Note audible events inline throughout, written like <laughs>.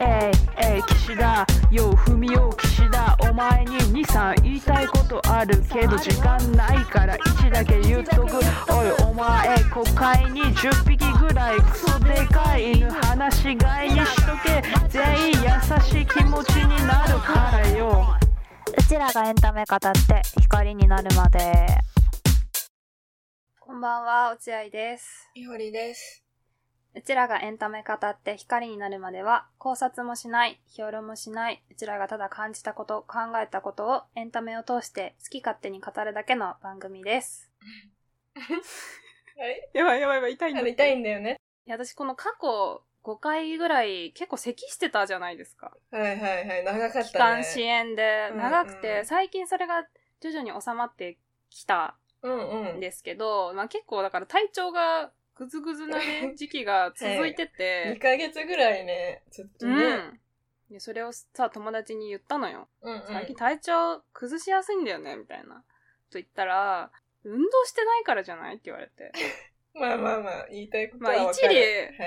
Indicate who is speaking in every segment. Speaker 1: えいえい岸田よう踏みよう岸田お前に23言いたいことあるけど時間ないから1だけ言っとくおいお前国会に10匹ぐらいクソでかい犬話しがいにしとけ全員優しい気持ちになるからよ
Speaker 2: うちらがエンタメ語って光になるまでこんばんは落合です
Speaker 3: いほりです。
Speaker 2: うちらがエンタメ語って光になるまでは考察もしない評論もしないうちらがただ感じたこと考えたことをエンタメを通して好き勝手に語るだけの番組です
Speaker 3: あれ
Speaker 1: やばいやばいやばい痛い
Speaker 3: あれ痛いんだよね。
Speaker 2: いや私この過去5回ぐらい結構咳してたじゃないですか
Speaker 3: はいはいはい。長かったね。
Speaker 2: 期間支援で
Speaker 3: うんうん
Speaker 2: 長くて、最近それが徐々に収まってきた
Speaker 3: うんうんん。
Speaker 2: ですけど、まあ結構だから体調がぐずぐずな
Speaker 3: <laughs>
Speaker 2: ね時期が続いて
Speaker 3: 2
Speaker 2: て、
Speaker 3: ヶ月ぐらいね、ずっとね。
Speaker 2: うん。で、それをさ、友達に言ったのよ。
Speaker 3: うんうん。
Speaker 2: 最近体調崩しやすいんだよね、みたいな。と言ったら、運動してないからじゃないって言われて。
Speaker 3: まあまあまあ、言いたいこと
Speaker 2: まあ
Speaker 3: はわ
Speaker 2: 一
Speaker 3: かる。
Speaker 2: 理、
Speaker 3: は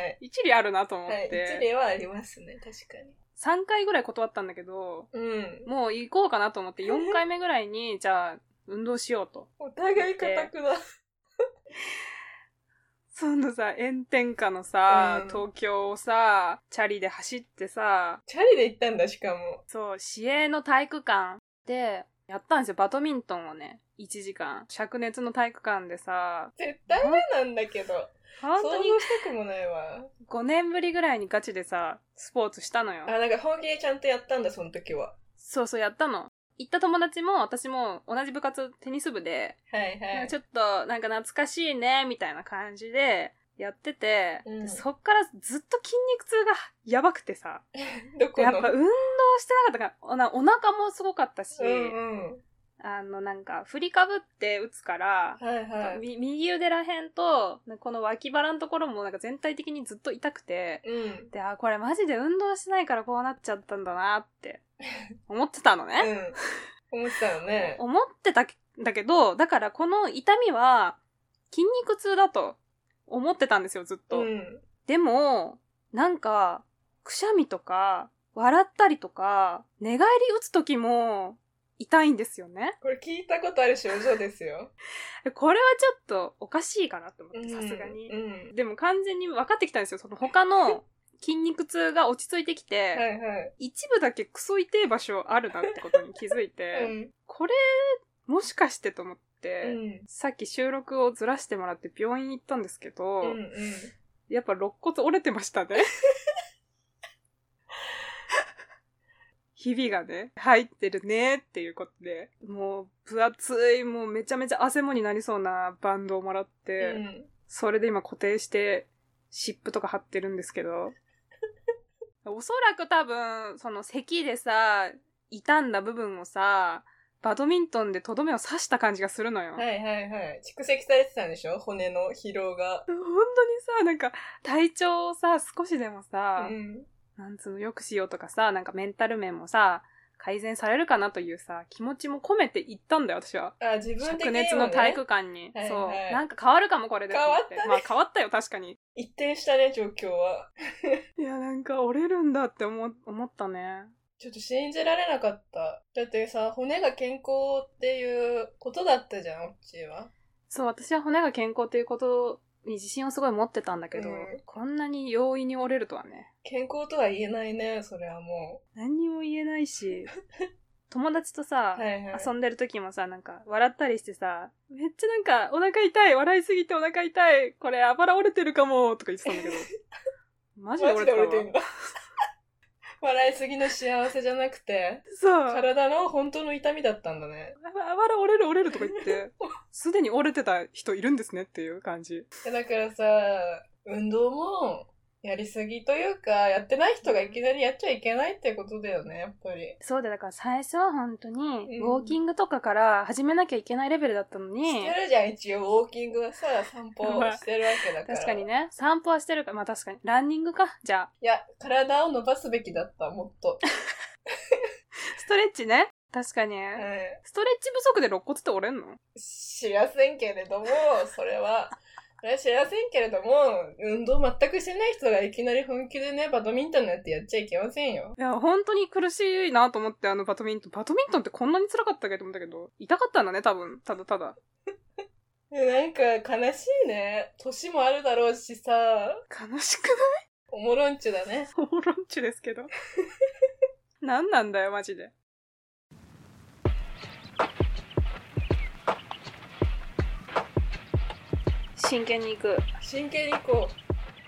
Speaker 3: い。
Speaker 2: 一理あるなと思っ
Speaker 3: はい、一
Speaker 2: て、
Speaker 3: 例はありますね、確かに。
Speaker 2: 3回ぐらい断ったんだけど、
Speaker 3: うん。
Speaker 2: もう行こうかなと思
Speaker 3: <laughs>
Speaker 2: って4回目ぐらいに、じゃあ、運動しようと。
Speaker 3: お互い固くだ。
Speaker 2: そのさ、炎天下のさ、
Speaker 3: うん
Speaker 2: 東京をさ、チャリで走ってさ、
Speaker 3: チャリで行ったんだ、しかも。
Speaker 2: そう、市営の体育館で、やったんですよ、バドミントンをね。1時間。灼熱の体育館でさ、
Speaker 3: 絶対嫌なんだけど。
Speaker 2: 本
Speaker 3: 想
Speaker 2: 当
Speaker 3: 像
Speaker 2: に
Speaker 3: したくもないわ。
Speaker 2: 5年ぶりぐらいにガチでさ、スポーツしたのよ
Speaker 3: あ、。なんか本気でちゃんとやったんだ、その時は。
Speaker 2: そうそう、やったの。行った友達も私も同じ部活テニス部で、
Speaker 3: はいは
Speaker 2: なんか。
Speaker 3: い
Speaker 2: ちょっとなんか懐かしいね、みたいな感じでやってて、
Speaker 3: うん
Speaker 2: でそっからずっと筋肉痛がやばくてさ、
Speaker 3: どこ
Speaker 2: や
Speaker 3: の
Speaker 2: っぱ運動してなかったから、おなお腹もすごかったし、
Speaker 3: うんうん。
Speaker 2: あのなんか振りかぶって打つから、
Speaker 3: はいはい。
Speaker 2: み右腕らへんと、この脇腹のところもなんか全体的にずっと痛くて、
Speaker 3: うん。
Speaker 2: で、あ、これマジで運動しないからこうなっちゃったんだなって思ってたのね。
Speaker 3: うん。思ってたよね。
Speaker 2: 思ってたけだけど、だからこの痛みは筋肉痛だと思ってたんですよ、ずっと。
Speaker 3: うん。
Speaker 2: でも、なんか、くしゃみとか、笑ったりとか、寝返り打つ時も痛いんですよね。
Speaker 3: これ聞いたことある症状ですよ。
Speaker 2: これはちょっとおかしいかなと思って、さすがに。
Speaker 3: うん。
Speaker 2: でも完全に分かってきたんですよ。その他
Speaker 3: <laughs>
Speaker 2: の筋肉痛が落ち着いてきて、
Speaker 3: はいはい。
Speaker 2: 一部だけクソ痛い場所あるなってことに気づいて、
Speaker 3: <laughs> うん。
Speaker 2: これ、もしかしてと思って、
Speaker 3: うん。
Speaker 2: さっき収録をずらしてもらって病院行ったんですけど、
Speaker 3: うんうん。
Speaker 2: やっぱ肋骨折れてました
Speaker 3: <laughs>
Speaker 2: ね。ひびがね、入ってるねっていうことで、もう分厚い、もうめちゃめちゃ汗もになりそうなバンドをもらって、
Speaker 3: うん
Speaker 2: それで今固定して、湿布とか貼ってるんですけど。 <laughs> おそらく多分、その咳でさ、傷んだ部分をさ、バドミントンでとどめを刺した感じがするのよ。
Speaker 3: はいはいはい。蓄積されてたんでしょ骨の疲労が。
Speaker 2: 本当にさ、なんか、体調をさ、少しでもさ、
Speaker 3: うん。
Speaker 2: なんつうの、良くしようとかさ、なんかメンタル面もさ、改善されるかなというさ、気持ちも込めて行ったんだよ、私は。
Speaker 3: あ、自分
Speaker 2: 灼
Speaker 3: 的にも、ね、
Speaker 2: 熱の体育館に。
Speaker 3: はい
Speaker 2: そう。
Speaker 3: はい
Speaker 2: なんか変わるかも、これで。
Speaker 3: 変わったね
Speaker 2: まあ変わったよ、確かに。
Speaker 3: 一転したね、状況は。
Speaker 2: いや、なんか折れるんだって思思ったね。
Speaker 3: ちょっと信じられなかった。だってさ、骨が健康っていうことだったじゃん、オッチーは。
Speaker 2: そう、私は骨が健康ということに自信をすごい持ってたんだけど、
Speaker 3: うん
Speaker 2: こんなに容易に折れるとはね。
Speaker 3: 健康とは言えないね、それはも
Speaker 2: 何にも言えない
Speaker 3: <laughs>
Speaker 2: し、友達とさ、
Speaker 3: う。はいはい。
Speaker 2: 遊んでる時もさ、なんか、笑ったりしてさ、めっちゃなんか、お腹痛い、笑いすぎてお腹痛い、これ、あばら折れてるかも、とか言ってたんだ
Speaker 3: <laughs>
Speaker 2: けど。マジで
Speaker 3: マ
Speaker 2: 折
Speaker 3: ジ
Speaker 2: れて
Speaker 3: で折れて
Speaker 2: る
Speaker 3: んだ。笑いすぎの幸せじゃなくて、
Speaker 2: そう。あば
Speaker 3: 体の本当の痛みだったんだね。
Speaker 2: あばら折れる折れるとか言
Speaker 3: <laughs>
Speaker 2: って、すでに折れてた人いるんですねっていう感じ。
Speaker 3: いやだからさ、運動もやりすぎというか、やってない人がいきなりやっちゃいけないってことだよね、やっぱり。
Speaker 2: そうだ、だから最初は本当に、
Speaker 3: うん
Speaker 2: ウォーキングとかから始めなきゃいけないレベルだったのに
Speaker 3: して、るじゃん、一応、ウォーキングはさ、散歩してるわけだか
Speaker 2: <laughs>
Speaker 3: ら。
Speaker 2: 確かに。ね、散歩はしてるから、まあ確かに、ランニングか、じゃあ、
Speaker 3: いや、体を伸ばすべきだった、もっと。
Speaker 2: ストレッチね。確かに。
Speaker 3: はい
Speaker 2: ストレッチ不足で肋骨って折れんの
Speaker 3: 知らせんけれども、それは、それは知りませんけれども、運動全くしてない人がいきなり本気でね、バドミントンなんてやっちゃいけませんよ。
Speaker 2: いや、本当に苦しいなと思って、あのバドミントン。バドミントンってこんなに辛かったっけと思ったけど、痛かったんだね、多分。ただただ。
Speaker 3: なんか悲しいね。年もあるだろうしさ、
Speaker 2: 悲しく
Speaker 3: おもろんちゅだね。
Speaker 2: ないオロンチです <laughs> けど。何なんだよ、マジで。真剣に行く。
Speaker 3: 真剣に行こ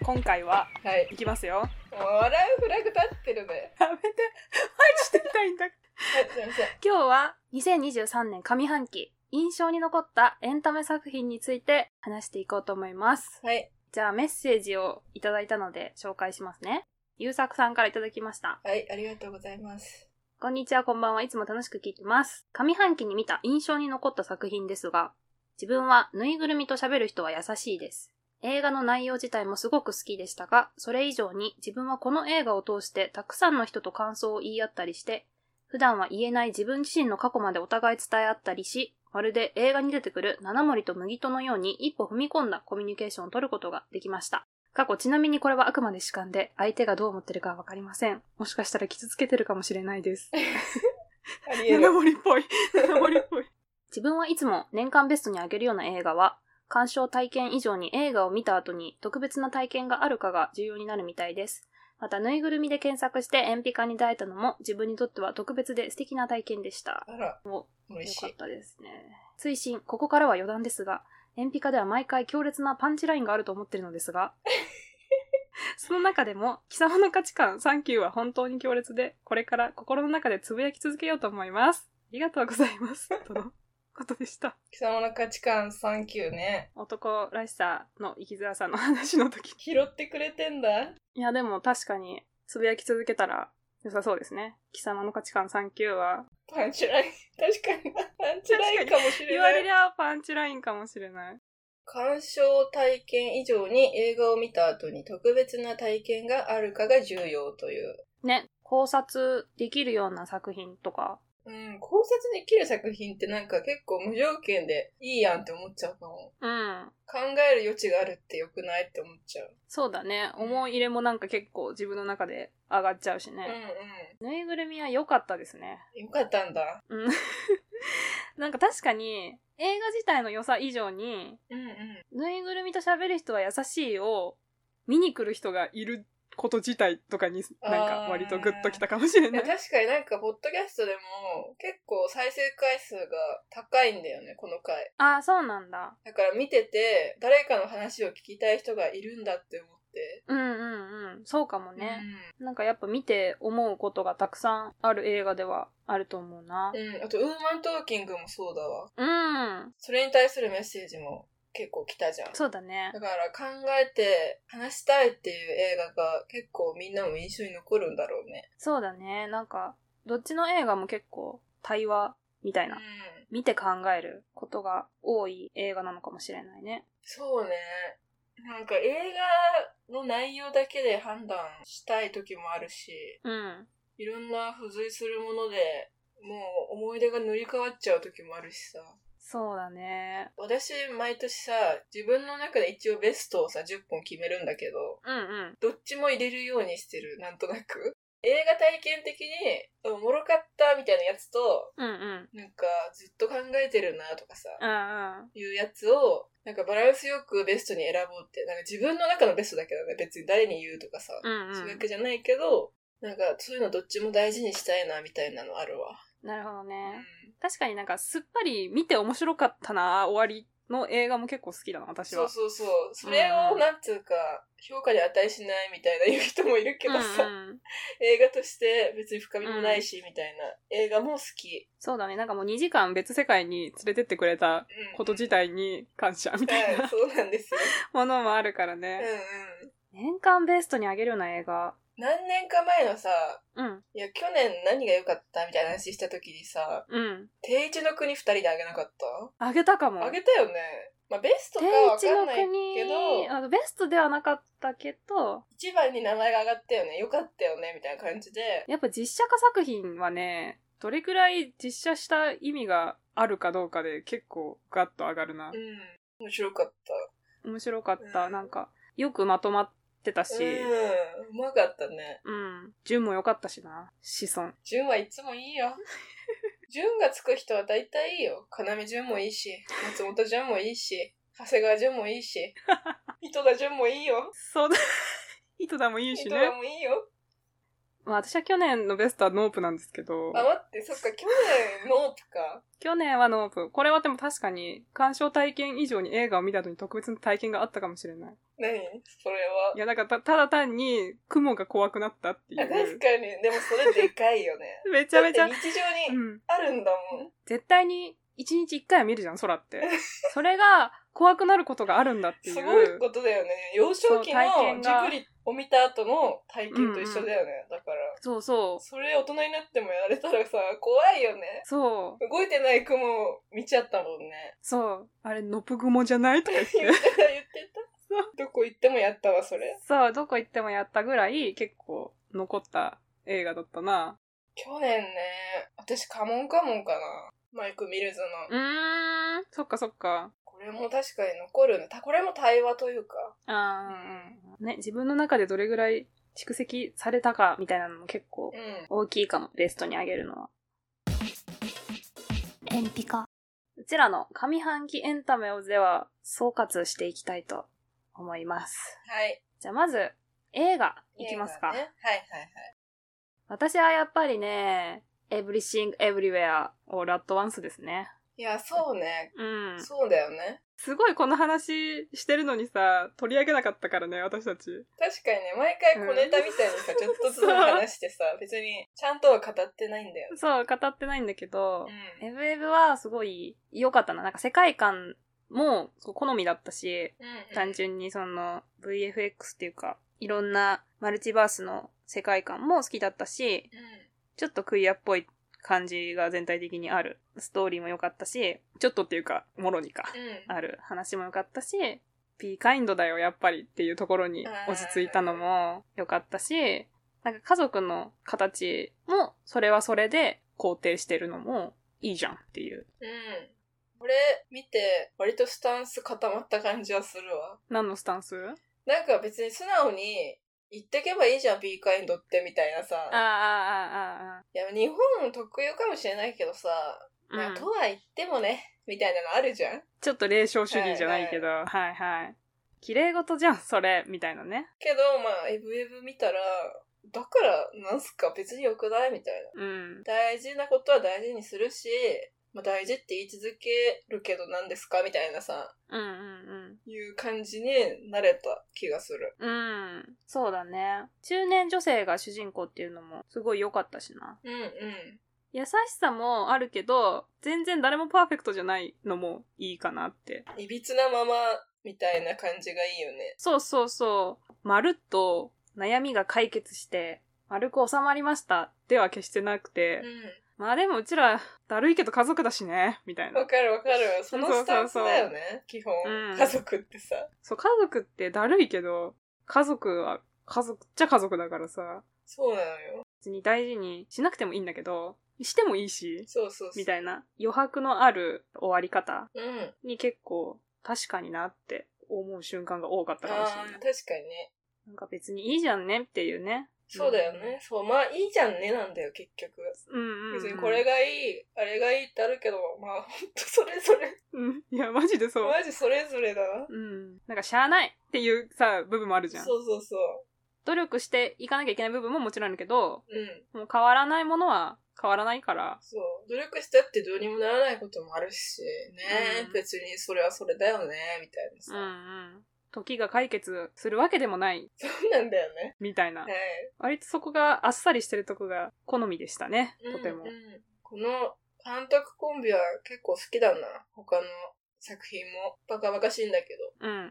Speaker 2: 今回は、
Speaker 3: う。はい。
Speaker 2: 行きますよ。
Speaker 3: もう笑うフラグ立ってるね。
Speaker 2: やめて。マジで痛いんだ。
Speaker 3: はい、すいません。
Speaker 2: 今日は2023年上半期印象に残ったエンタメ作品について話していこうと思います。
Speaker 3: はい。
Speaker 2: じゃあメッセージをいただいたので紹介しますね。ゆうさくさんからいただきました。
Speaker 3: はい、ありがとうございます。
Speaker 2: こんにちは、こんばんは。いつも楽しく聞いてます。上半期に見た印象に残った作品ですが、自分はぬいぐるみと喋る人は優しいです。映画の内容自体もすごく好きでしたが、それ以上に自分はこの映画を通してたくさんの人と感想を言い合ったりして、普段は言えない自分自身の過去までお互い伝え合ったりし、まるで映画に出てくる七森と麦とのように一歩踏み込んだコミュニケーションを取ることができました。過去ちなみにこれはあくまで主観で、相手がどう思ってるかはわかりません。もしかしたら傷つけてるかもしれないです。
Speaker 3: ありえ
Speaker 2: <laughs> 七
Speaker 3: る。
Speaker 2: 森っぽい。七森っぽい。自分はいつも年間ベストにあげるような映画は、鑑賞体験以上に映画を見た後に特別な体験があるかが重要になるみたいです。また、ぬいぐるみで検索して鉛筆化に出会えたのも自分にとっては特別で素敵な体験でした。
Speaker 3: あら、
Speaker 2: も
Speaker 3: 嬉
Speaker 2: よ
Speaker 3: し
Speaker 2: かっ
Speaker 3: い。
Speaker 2: たですね。追伸、ここからは余談ですが、鉛筆化では毎回強烈なパンチラインがあると思ってるのです <laughs> が、その中でも、貴様の価値観、サンキューは本当に強烈で、これから心の中でつぶやき続けようと思います。ありがとうござい <laughs> ます。とのことでした。
Speaker 3: 貴様の価値観、サンキューね。
Speaker 2: 男らしさの生きづらさの話の時。
Speaker 3: 拾ってくれてんだ。
Speaker 2: いや、でも確かに、つぶやき続けたら良さそうですね。貴様の価値観、サンキューは、
Speaker 3: パンチライン。確かに、パンチラインかもしれ
Speaker 2: 言わ
Speaker 3: な
Speaker 2: れり
Speaker 3: い。
Speaker 2: ゃパンチラインかもしれない。
Speaker 3: 鑑賞体験以上に映画を見た後に特別な体験があるかが重要という。
Speaker 2: ね、考察できるような作品とか、
Speaker 3: うん、考察できる作品ってなんか結構無条件でいいやんって思っちゃうかも。
Speaker 2: うん。
Speaker 3: 考える余地があるって良くないって思っちゃう。
Speaker 2: そうだね。思い入れもなんか結構自分の中で上がっちゃうし
Speaker 3: うん
Speaker 2: ね。ぬいぐるみは良かったですね。
Speaker 3: うん。よかったんだ。
Speaker 2: うん。 <laughs> なんか確かに、映画自体の良さ以上に、
Speaker 3: うんうん。
Speaker 2: ぬいぐるみと喋る人は優しいを見に来る人がいること自体とかになんか割とグッときたかもしれ
Speaker 3: い
Speaker 2: な
Speaker 3: や
Speaker 2: い。
Speaker 3: <laughs> 確かになんか、ポッドキャストでも結構再生回数が高いんだよね、この回。
Speaker 2: ああ、そうなんだ。
Speaker 3: だから見てて、誰かの話を聞きたい人がいるんだって思って。
Speaker 2: うんうんうん。そうかもね。なんかやっぱ見て思うことがたくさんある映画ではあると思うな
Speaker 3: う。ん。うん。あと、ウーマントーキングもそうだわ。
Speaker 2: うん。
Speaker 3: それに対するメッセージも結構来たじゃん。
Speaker 2: そうだね
Speaker 3: だ。から考えて話したいっていう映画が結構みんなも印象に残るんだろうね。
Speaker 2: そうだね。なんか、どっちの映画も結構対話みたいな。
Speaker 3: ん。
Speaker 2: 見て考えることが多い映画なのかもしれないね。
Speaker 3: そうね。なんか映画の内容だけで判断したい時もあるし、
Speaker 2: うん。
Speaker 3: いろんな付随するもので、もう思い出が塗り替わっちゃう時もあるしさ。
Speaker 2: そうだね。
Speaker 3: 私、毎年さ、自分の中で一応ベストをさ、10本決めるんだけど、
Speaker 2: うんうん。
Speaker 3: どっちも入れるようにしてる、なんとなく。映画体験的に、おもろかったみたいなやつと、
Speaker 2: うんうん。
Speaker 3: なんか、ずっと考えてるなとかさ、
Speaker 2: うんうん。
Speaker 3: いうやつを、なんかバランスよくベストに選ぼうって、なんか自分の中のベストだけどね、別に誰に言うとかさ、
Speaker 2: うん
Speaker 3: そういう
Speaker 2: う
Speaker 3: わ
Speaker 2: ん
Speaker 3: け。じゃないけど、なんかそういうのどっちも大事にしたいなみたいなのあるわ。
Speaker 2: なるほど
Speaker 3: うん
Speaker 2: ね。確かになんかすっぱり見て面白かったな、終わりの映画も結構好きだな、私
Speaker 3: そう
Speaker 2: は。
Speaker 3: そうそう。それを、
Speaker 2: うん
Speaker 3: なんつうか、評価に値しないみたいな言う人もいるけどさ、
Speaker 2: うんうん
Speaker 3: 映画として別に深みもないし、みたいな。映画も好き。
Speaker 2: そうだね。なんかもう2時間別世界に連れてってくれた
Speaker 3: うん。
Speaker 2: こと自体に感謝みたい
Speaker 3: は、
Speaker 2: ない
Speaker 3: そうなんですよ。
Speaker 2: <laughs> ものもあるから
Speaker 3: うん
Speaker 2: ね。
Speaker 3: うん。
Speaker 2: 年間ベストにあげるような映画。
Speaker 3: 何年か前のさ、
Speaker 2: うん。
Speaker 3: いや、去年何が良かったみたいな話した時にさ、
Speaker 2: うん。
Speaker 3: 定一の国二人であげなかっ
Speaker 2: あげたか
Speaker 3: た
Speaker 2: も。
Speaker 3: あげたよね。まあ、ベストかはわかんないけど、
Speaker 2: あのベストではなかったけど、
Speaker 3: 一番に名前が上がったよね。良かったよね。みたいな感じで。
Speaker 2: やっぱ実写化作品はね、どれくらい実写した意味があるかどうかで結構ガッと上がるな
Speaker 3: う。ん。面白かった。
Speaker 2: 面白かった。
Speaker 3: うん
Speaker 2: なんか、よくまとまってたし、
Speaker 3: うん、うまかったね。
Speaker 2: うん。順も良かったしな。子孫。
Speaker 3: ジュンはいつもい
Speaker 2: <laughs>
Speaker 3: いよ。ジュンがつく人は大体いいよ。要ジュンもいいし、松本ジュンもいいし、長谷川ジュンもい
Speaker 2: <laughs>
Speaker 3: いし、井戸田ジュンもいいよ。
Speaker 2: そうだ。 <laughs> 糸田もいい
Speaker 3: 井
Speaker 2: し
Speaker 3: 戸田
Speaker 2: ね。
Speaker 3: もいいよ。
Speaker 2: まあ私は去年のベストはノープなんですけど
Speaker 3: あ、、待って、そっか、去年ノープか。
Speaker 2: 去年はノープ。これはでも確かに、鑑賞体験以上に映画を見た後に特別な体験があったかもしれない。。
Speaker 3: 何それはい
Speaker 2: や、なんかたただ単に雲が怖くなったってい
Speaker 3: あ確
Speaker 2: う。
Speaker 3: かに、でもそれでかいよね。
Speaker 2: めちゃめちゃ
Speaker 3: だっ。て日常
Speaker 2: う
Speaker 3: に
Speaker 2: ん。
Speaker 3: あるんだもん。
Speaker 2: 絶対に一日一回は見るじゃん、空
Speaker 3: <laughs>
Speaker 2: って。それが怖くなることがあるんだっていう。
Speaker 3: すごいことだよね。幼少
Speaker 2: そ
Speaker 3: 期
Speaker 2: う体験
Speaker 3: のジ
Speaker 2: が
Speaker 3: ブリを見た後の体験と一緒だよね。だから、
Speaker 2: そうそう。
Speaker 3: それ大人になってもやれたらさ、怖いよね。
Speaker 2: そう。
Speaker 3: 動いてない雲を見ちゃったもん
Speaker 2: <laughs>
Speaker 3: ね。
Speaker 2: そう。あれ、ノプグモじゃないとか言っ。
Speaker 3: 言っててた、言ってた。どこ行ってもやったわ、それ。
Speaker 2: そう、どこ行ってもやったぐらい結構残った映画だったな。
Speaker 3: 去年ね、私カモンカモンかな。マイク・ミルズ
Speaker 2: う
Speaker 3: の。
Speaker 2: ーん。そっかそっか。
Speaker 3: これも確かに残るね。たこれも対話というか。う
Speaker 2: あ
Speaker 3: ん。
Speaker 2: ーね、自分の中でどれぐらい蓄積されたかみたいなのも結構
Speaker 3: うん。
Speaker 2: 大きいかも。ベストにあげるのは。
Speaker 4: エンピカ。
Speaker 2: うちらの上半期エンタメをでは総括していきたいと思います。
Speaker 3: はい。
Speaker 2: じゃあまず映画いきますか。
Speaker 3: 映画ねはいはいはい。
Speaker 2: 私はやっぱりね、Everything Everywhere All at Once ですね。
Speaker 3: いや、そうね。
Speaker 2: うん。
Speaker 3: そうだよね。
Speaker 2: すごいこの話してるのにさ、取り上げなかったからね、私たち。
Speaker 3: 確かにね、毎回小ネタみたいにさ、ちょっとずつ話してさ、別にちゃんとは語ってないんだよ。
Speaker 2: そう、語ってないんだけど
Speaker 3: う、ん。
Speaker 2: エブエブはすごい良かったな。なんか世界観もそう好みだったし、
Speaker 3: うん
Speaker 2: 単純にその VFX っていうか、いろんなマルチバースの世界観も好きだったし、
Speaker 3: う
Speaker 2: ちょっとクイアっぽい感じが全体的にある。ストーリーも良かったし、ちょっとっていうか、もろにか。
Speaker 3: ん。うん。
Speaker 2: ある話も良かったし、P カインドだよ、やっぱりっていうところに落ち着いたのも良かったし、なんか家族の形もそれはそれで肯定してるのもいいじゃんっていう。
Speaker 3: うん。これ見て、割とスタンス固まった感じはするわ。
Speaker 2: 何のスタンス
Speaker 3: なんか別に素直に、言ってけばいいじゃん、ビーカインドって、みたいなさ。
Speaker 2: ああ、ああ、ああ、あ
Speaker 3: いや、日本特有かもしれないけどさ、
Speaker 2: あ
Speaker 3: ま
Speaker 2: う
Speaker 3: あ
Speaker 2: ん
Speaker 3: とは言ってもね、みたいなのあるじゃん
Speaker 2: ちょっと霊障主義じゃないけど、はいはい。綺麗事じゃん、それ、みたいなね。
Speaker 3: けど、まあ、エブエブ見たら、だから、なんすか、別に良くないみたいな。
Speaker 2: うん。
Speaker 3: 大事なことは大事にするし、まあ、大事って言い続けるけど何ですかみたいなさ、
Speaker 2: うんうん
Speaker 3: いう感じになれた気がする。
Speaker 2: うん。うん。そうだね。中年女性が主人公っていうのもすごい良かったしな。
Speaker 3: うんうん。
Speaker 2: 優しさもあるけど、全然誰もパーフェクトじゃないのもいいかなって。
Speaker 3: いびつなまま、みたいな感じがいいよね。
Speaker 2: そうそうそう。まるっと悩みが解決して、丸く収まりましたでは決してなくて、まあでもうちら、だるいけど家族だしね、みたい
Speaker 3: うん。わ
Speaker 2: な。
Speaker 3: かるわかる。そのスタンスだよね。基本、
Speaker 2: うん
Speaker 3: 家族ってさ。
Speaker 2: そう、家族ってだるいけど、家族は家族っちゃ家族だからさ、
Speaker 3: そうなのよ。
Speaker 2: 別に大事にしなくてもいいんだけど、してもいいし、
Speaker 3: そうそうそう。
Speaker 2: みたいな余白のある終わり方
Speaker 3: うん。
Speaker 2: に結構確かになって思う瞬間が多かった
Speaker 3: ああ
Speaker 2: かもしれ
Speaker 3: ー、
Speaker 2: ない
Speaker 3: 確。かにね。
Speaker 2: なんか別にいいじゃんねっていうね。
Speaker 3: そうだよね。そう、まあいいじゃんねなんだよ、結局。
Speaker 2: うん。うんうん、
Speaker 3: 別にこれがいい、あれがいいってあるけど、まあほんとそれぞれ、
Speaker 2: うん。いや、マジでそう。
Speaker 3: マジそれぞれだな。
Speaker 2: うん。なんかしゃあないっていうさ、部分もあるじゃん。
Speaker 3: そうそうそう。
Speaker 2: 努力していかなきゃいけない部分ももちろんあるけど、
Speaker 3: うん。
Speaker 2: もう変わらないものは変わらないから。
Speaker 3: そう。努力したってどうにもならないこともあるし、ね、
Speaker 2: うん
Speaker 3: 別にそれはそれだよね、みたいな
Speaker 2: うん
Speaker 3: さ。
Speaker 2: うん。時が解決するわけでもない、
Speaker 3: そうなんだよね。
Speaker 2: みたいな
Speaker 3: は。い。
Speaker 2: 割とそこがあっさりしてるとこが好みでしたね。とても。
Speaker 3: うんうんこの監督コンビは結構好きだな。他の作品も。バカバカしいんだけ
Speaker 2: う
Speaker 3: ど。
Speaker 2: んうん。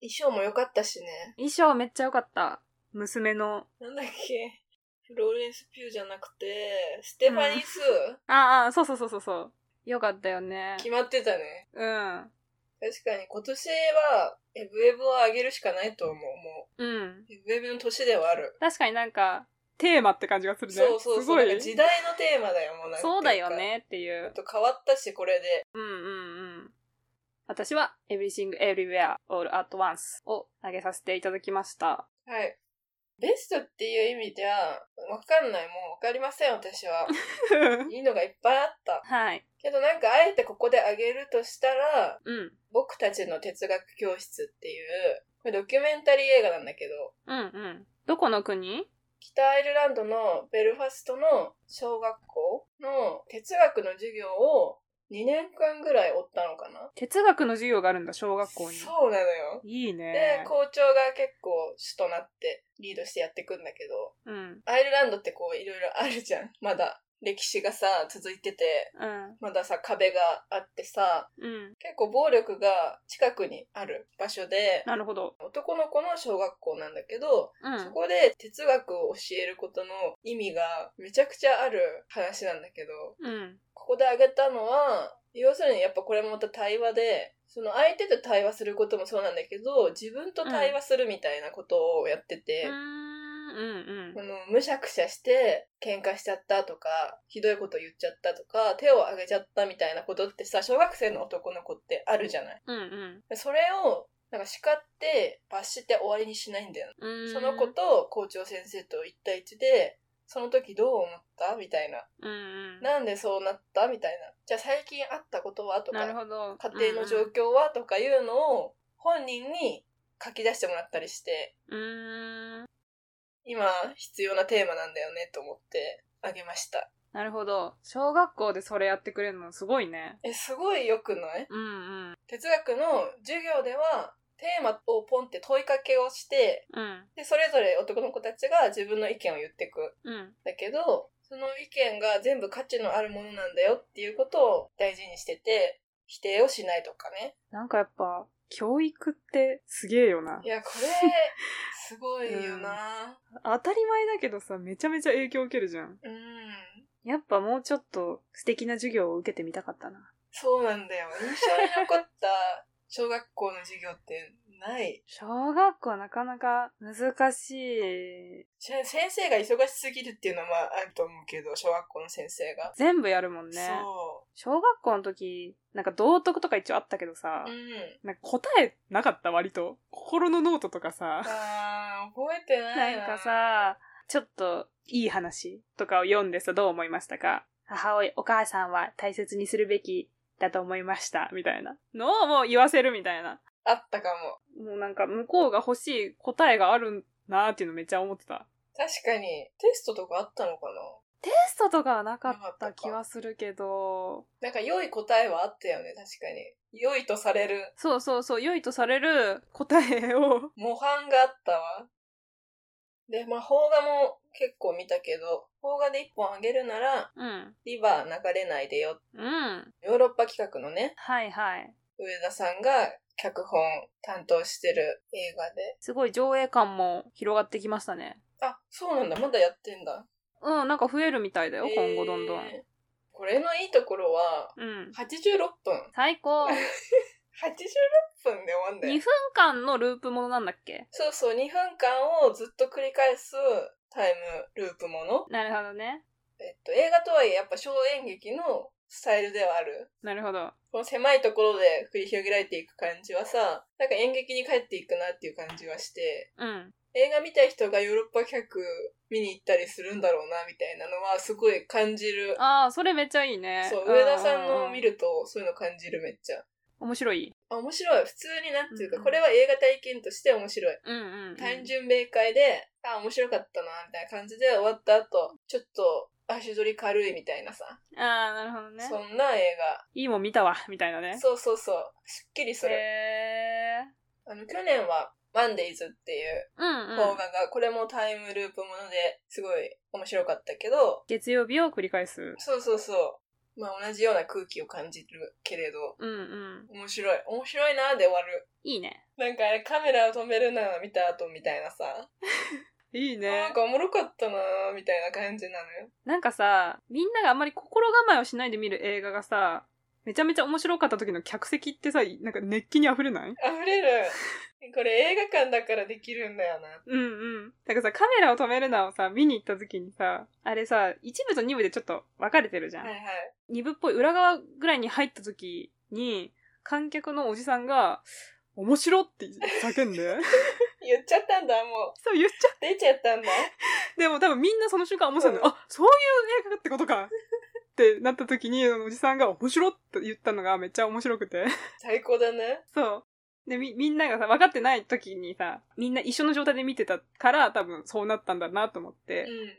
Speaker 3: 衣装も良かったしね。
Speaker 2: 衣装めっちゃ良かった。娘の
Speaker 3: なんだっけ。フローレンス・ピューじゃなくて、ステファニー・スー、
Speaker 2: ああ、そうそうそうそうそう。よかったよね。
Speaker 3: 決まってたね。
Speaker 2: うん。
Speaker 3: 確かに今年は、エブエブを上げるしかないと思う。も
Speaker 2: うん。
Speaker 3: う、エブエブの年ではある。
Speaker 2: 確かになんか、テーマって感じがするね。
Speaker 3: そうそう
Speaker 2: す
Speaker 3: そ
Speaker 2: ご
Speaker 3: う。ないんか時代のテーマだよ、もうなんか。
Speaker 2: そうだよ。ねってい
Speaker 3: ちょっ
Speaker 2: う。
Speaker 3: と変わったし、これで。
Speaker 2: うんうんうん。私は Everything Everywhere All at Once を投げさせていただきました。
Speaker 3: はい。ベストっていう意味では、わかんない。もうわかりません、私 <laughs> は。いいのがいっぱいあった。
Speaker 2: はい。
Speaker 3: けどなんか、あえてここであげるとしたら、
Speaker 2: うん。
Speaker 3: 僕たちの哲学教室っていう、これドキュメンタリー映画なんだけど、
Speaker 2: うんうん。どこの国
Speaker 3: 北アイルランドのベルファストの小学校の哲学の授業を2年間ぐらい追ったのかな
Speaker 2: 哲学の授業があるんだ、小学校に。
Speaker 3: そうなのよ。
Speaker 2: いいね
Speaker 3: で、。校長が結構主となってリードしてやってくんだけど、
Speaker 2: うん。
Speaker 3: アイルランドってこういろいろあるじゃん。まだ歴史がさ、続いてて、
Speaker 2: うん。
Speaker 3: まださ、壁があってさ、
Speaker 2: うん。
Speaker 3: 結構暴力が近くにある場所で、
Speaker 2: なるほど。
Speaker 3: 男の子の小学校なんだけど、
Speaker 2: うん。
Speaker 3: そこで哲学を教えることの意味がめちゃくちゃある話なんだけど、
Speaker 2: うん。
Speaker 3: ここで挙げたのは、要するにやっぱこれもまた対話で、その相手と対話することもそうなんだけど、自分と対話するみたいなことをやって
Speaker 2: う
Speaker 3: て
Speaker 2: ー、ん。うん。
Speaker 3: このむしゃくしゃして喧嘩しちゃったとか、ひどいこと言っちゃったとか、手を挙げちゃったみたいなことってさ、小学生の男の子ってあるじゃない。
Speaker 2: うん。うん。
Speaker 3: それをなんか叱って罰して終わりにしないんだよね
Speaker 2: うん。
Speaker 3: その子と校長先生と一対一で、その時どう思ったみたいな。
Speaker 2: うんうん。
Speaker 3: なんでそうなったみたいな。じゃあ最近あったことはとか
Speaker 2: な、るほど。
Speaker 3: 家庭の状況はとかいうのを本人に書き出してもらったりして、
Speaker 2: うんうん。うーん。
Speaker 3: 今必要なテーマなんだよねと思ってあげました。
Speaker 2: なるほど。小学校でそれやってくれるのすごいね。
Speaker 3: え、すごい良くない
Speaker 2: うんうん。
Speaker 3: 哲学の授業では、テーマをポンって問いかけをして、
Speaker 2: うん。
Speaker 3: で、それぞれ男の子たちが自分の意見を言ってく。
Speaker 2: うん。
Speaker 3: だけど、その意見が全部価値のあるものなんだよっていうことを大事にしてて、否定をしないとかね。
Speaker 2: なんかやっぱ、教育ってすげえよな。
Speaker 3: いや、これ、すごい
Speaker 2: <laughs>
Speaker 3: よな
Speaker 2: 当たり前だけどさ、めちゃめちゃ影響受けるじゃん。
Speaker 3: うん。
Speaker 2: やっぱもうちょっと素敵な授業を受けてみたかったな。
Speaker 3: そうなんだよ。印象に残った小学校の授業ってない。
Speaker 2: 小学校はなかなか難しい。
Speaker 3: し先生が忙しすぎるっていうのはまああると思うけど、小学校の先生が。
Speaker 2: 全部やるもんね。
Speaker 3: そ
Speaker 2: 小学校の時、なんか道徳とか一応あったけどさ
Speaker 3: う。う、ん。
Speaker 2: なんか答えなかった割と。心のノートとかさ。
Speaker 3: あー、覚えてな
Speaker 2: ない
Speaker 3: な。
Speaker 2: んか、さ、ちょっといい話とかを読んでさ、どう思いましたか母親、お母さんは大切にするべきだと思いました、みたいなのをもう言わせるみたいな。
Speaker 3: あったかも。
Speaker 2: もうなんか向こうが欲しい答えがあるなーっていうのめっちゃ思ってた。
Speaker 3: 確かに、テストとかあったのかな
Speaker 2: テストとかはなか
Speaker 3: なか
Speaker 2: っ
Speaker 3: ったたか
Speaker 2: 気はするけど、
Speaker 3: なんか良い答えはあったよね、確かに。良いとされる
Speaker 2: そうそうそう、良いとされる答えを、
Speaker 3: 模範があったわ。で、まあ、邦画も結構見たけど、邦画で一本あげるなら、
Speaker 2: うん、
Speaker 3: リバー流れないでよ。
Speaker 2: うん、
Speaker 3: ヨーロッパ企画のね、
Speaker 2: はいはい。
Speaker 3: 上田さんが脚本担当してる映画で。
Speaker 2: すごい上映感も広がってきましたね。
Speaker 3: あ、そうなんだ、まだやってんだ。
Speaker 2: うん、なんか増えるみたいだよ、今後どんどん。
Speaker 3: えーこれのいいところは、
Speaker 2: うん。
Speaker 3: 86分。
Speaker 2: 最高 !2
Speaker 3: 86分で終わんだよ
Speaker 2: 分。間のループものなんだっけ
Speaker 3: そうそう、2分間をずっと繰り返すタイムループもの。
Speaker 2: なるほどね。
Speaker 3: えっと、映画とはいえやっぱ小演劇のスタイルではある。
Speaker 2: なるほど。
Speaker 3: この狭いところで繰り広げられていく感じはさ、なんか演劇に帰っていくなっていう感じはして、
Speaker 2: うん。
Speaker 3: 映画見たい人がヨーロッパ客見に行ったりするんだろうなみたいなのはすごい感じる。
Speaker 2: ああ、それめっちゃいいね。
Speaker 3: そう、上田さんの
Speaker 2: る。
Speaker 3: 見るとそういうの感じるめっちゃ。
Speaker 2: 面白い。
Speaker 3: あ面白い。普通になんていう
Speaker 2: う
Speaker 3: か、
Speaker 2: ん
Speaker 3: これは映画体験として面白い。
Speaker 2: うんうん、うん。
Speaker 3: 単純明快で、あ、面白かったな、みたいな感じで終わった後、ちょっと足取り軽いみたいなさ、
Speaker 2: ああ、なるほどね。
Speaker 3: そんな映画
Speaker 2: いいもん見たわ、みたいなね。
Speaker 3: そうそうそう。すっきりする。
Speaker 2: へえ。
Speaker 3: あの、去年は、マンデイズっていう
Speaker 2: うんう
Speaker 3: 動
Speaker 2: ん
Speaker 3: 画。が、これもタイムループものですごい面白かったけど、
Speaker 2: 月曜日を繰り返す。
Speaker 3: そうそうそう。まあ同じような空気を感じるけれど、
Speaker 2: うんうん。
Speaker 3: 面白い。面白いなーで終わる。
Speaker 2: いいね。
Speaker 3: なんかあれカメラを止めるなー見た後みたいなさ、
Speaker 2: いい
Speaker 3: なん。かおもろかったなーみたいな感じなのよ。
Speaker 2: なんかさ、みんながあんまり心構えをしないで見る映画がさ、めちゃめちゃ面白かった時の客席ってさ、なんか熱気に溢れない
Speaker 3: 溢
Speaker 2: <laughs>
Speaker 3: れる。これ映画館だからできるんだよな。
Speaker 2: うんうん。だからさ、カメラを止めるなをさ、見に行った時にさ、あれさ、一部と二部でちょっと分かれてるじゃん。
Speaker 3: はいはい。
Speaker 2: 二部っぽい裏側ぐらいに入った時に、観客のおじさんが、面白って叫んで。
Speaker 3: 言っちゃったんだ、もう。
Speaker 2: <laughs> そう言っちゃ
Speaker 3: 出ちゃったんだ。
Speaker 2: でも多分みんなその瞬間面白いの、
Speaker 3: うん
Speaker 2: あ、そういう映画ってことか。ってなった時に、あのおじさんが面白って言ったのがめっちゃ面白くて。
Speaker 3: 最高だね。
Speaker 2: そう。で、み、みんながさ、分かってない時にさ、みんな一緒の状態で見てたから、多分そうなったんだなと思っ
Speaker 3: うん
Speaker 2: て。
Speaker 3: うん。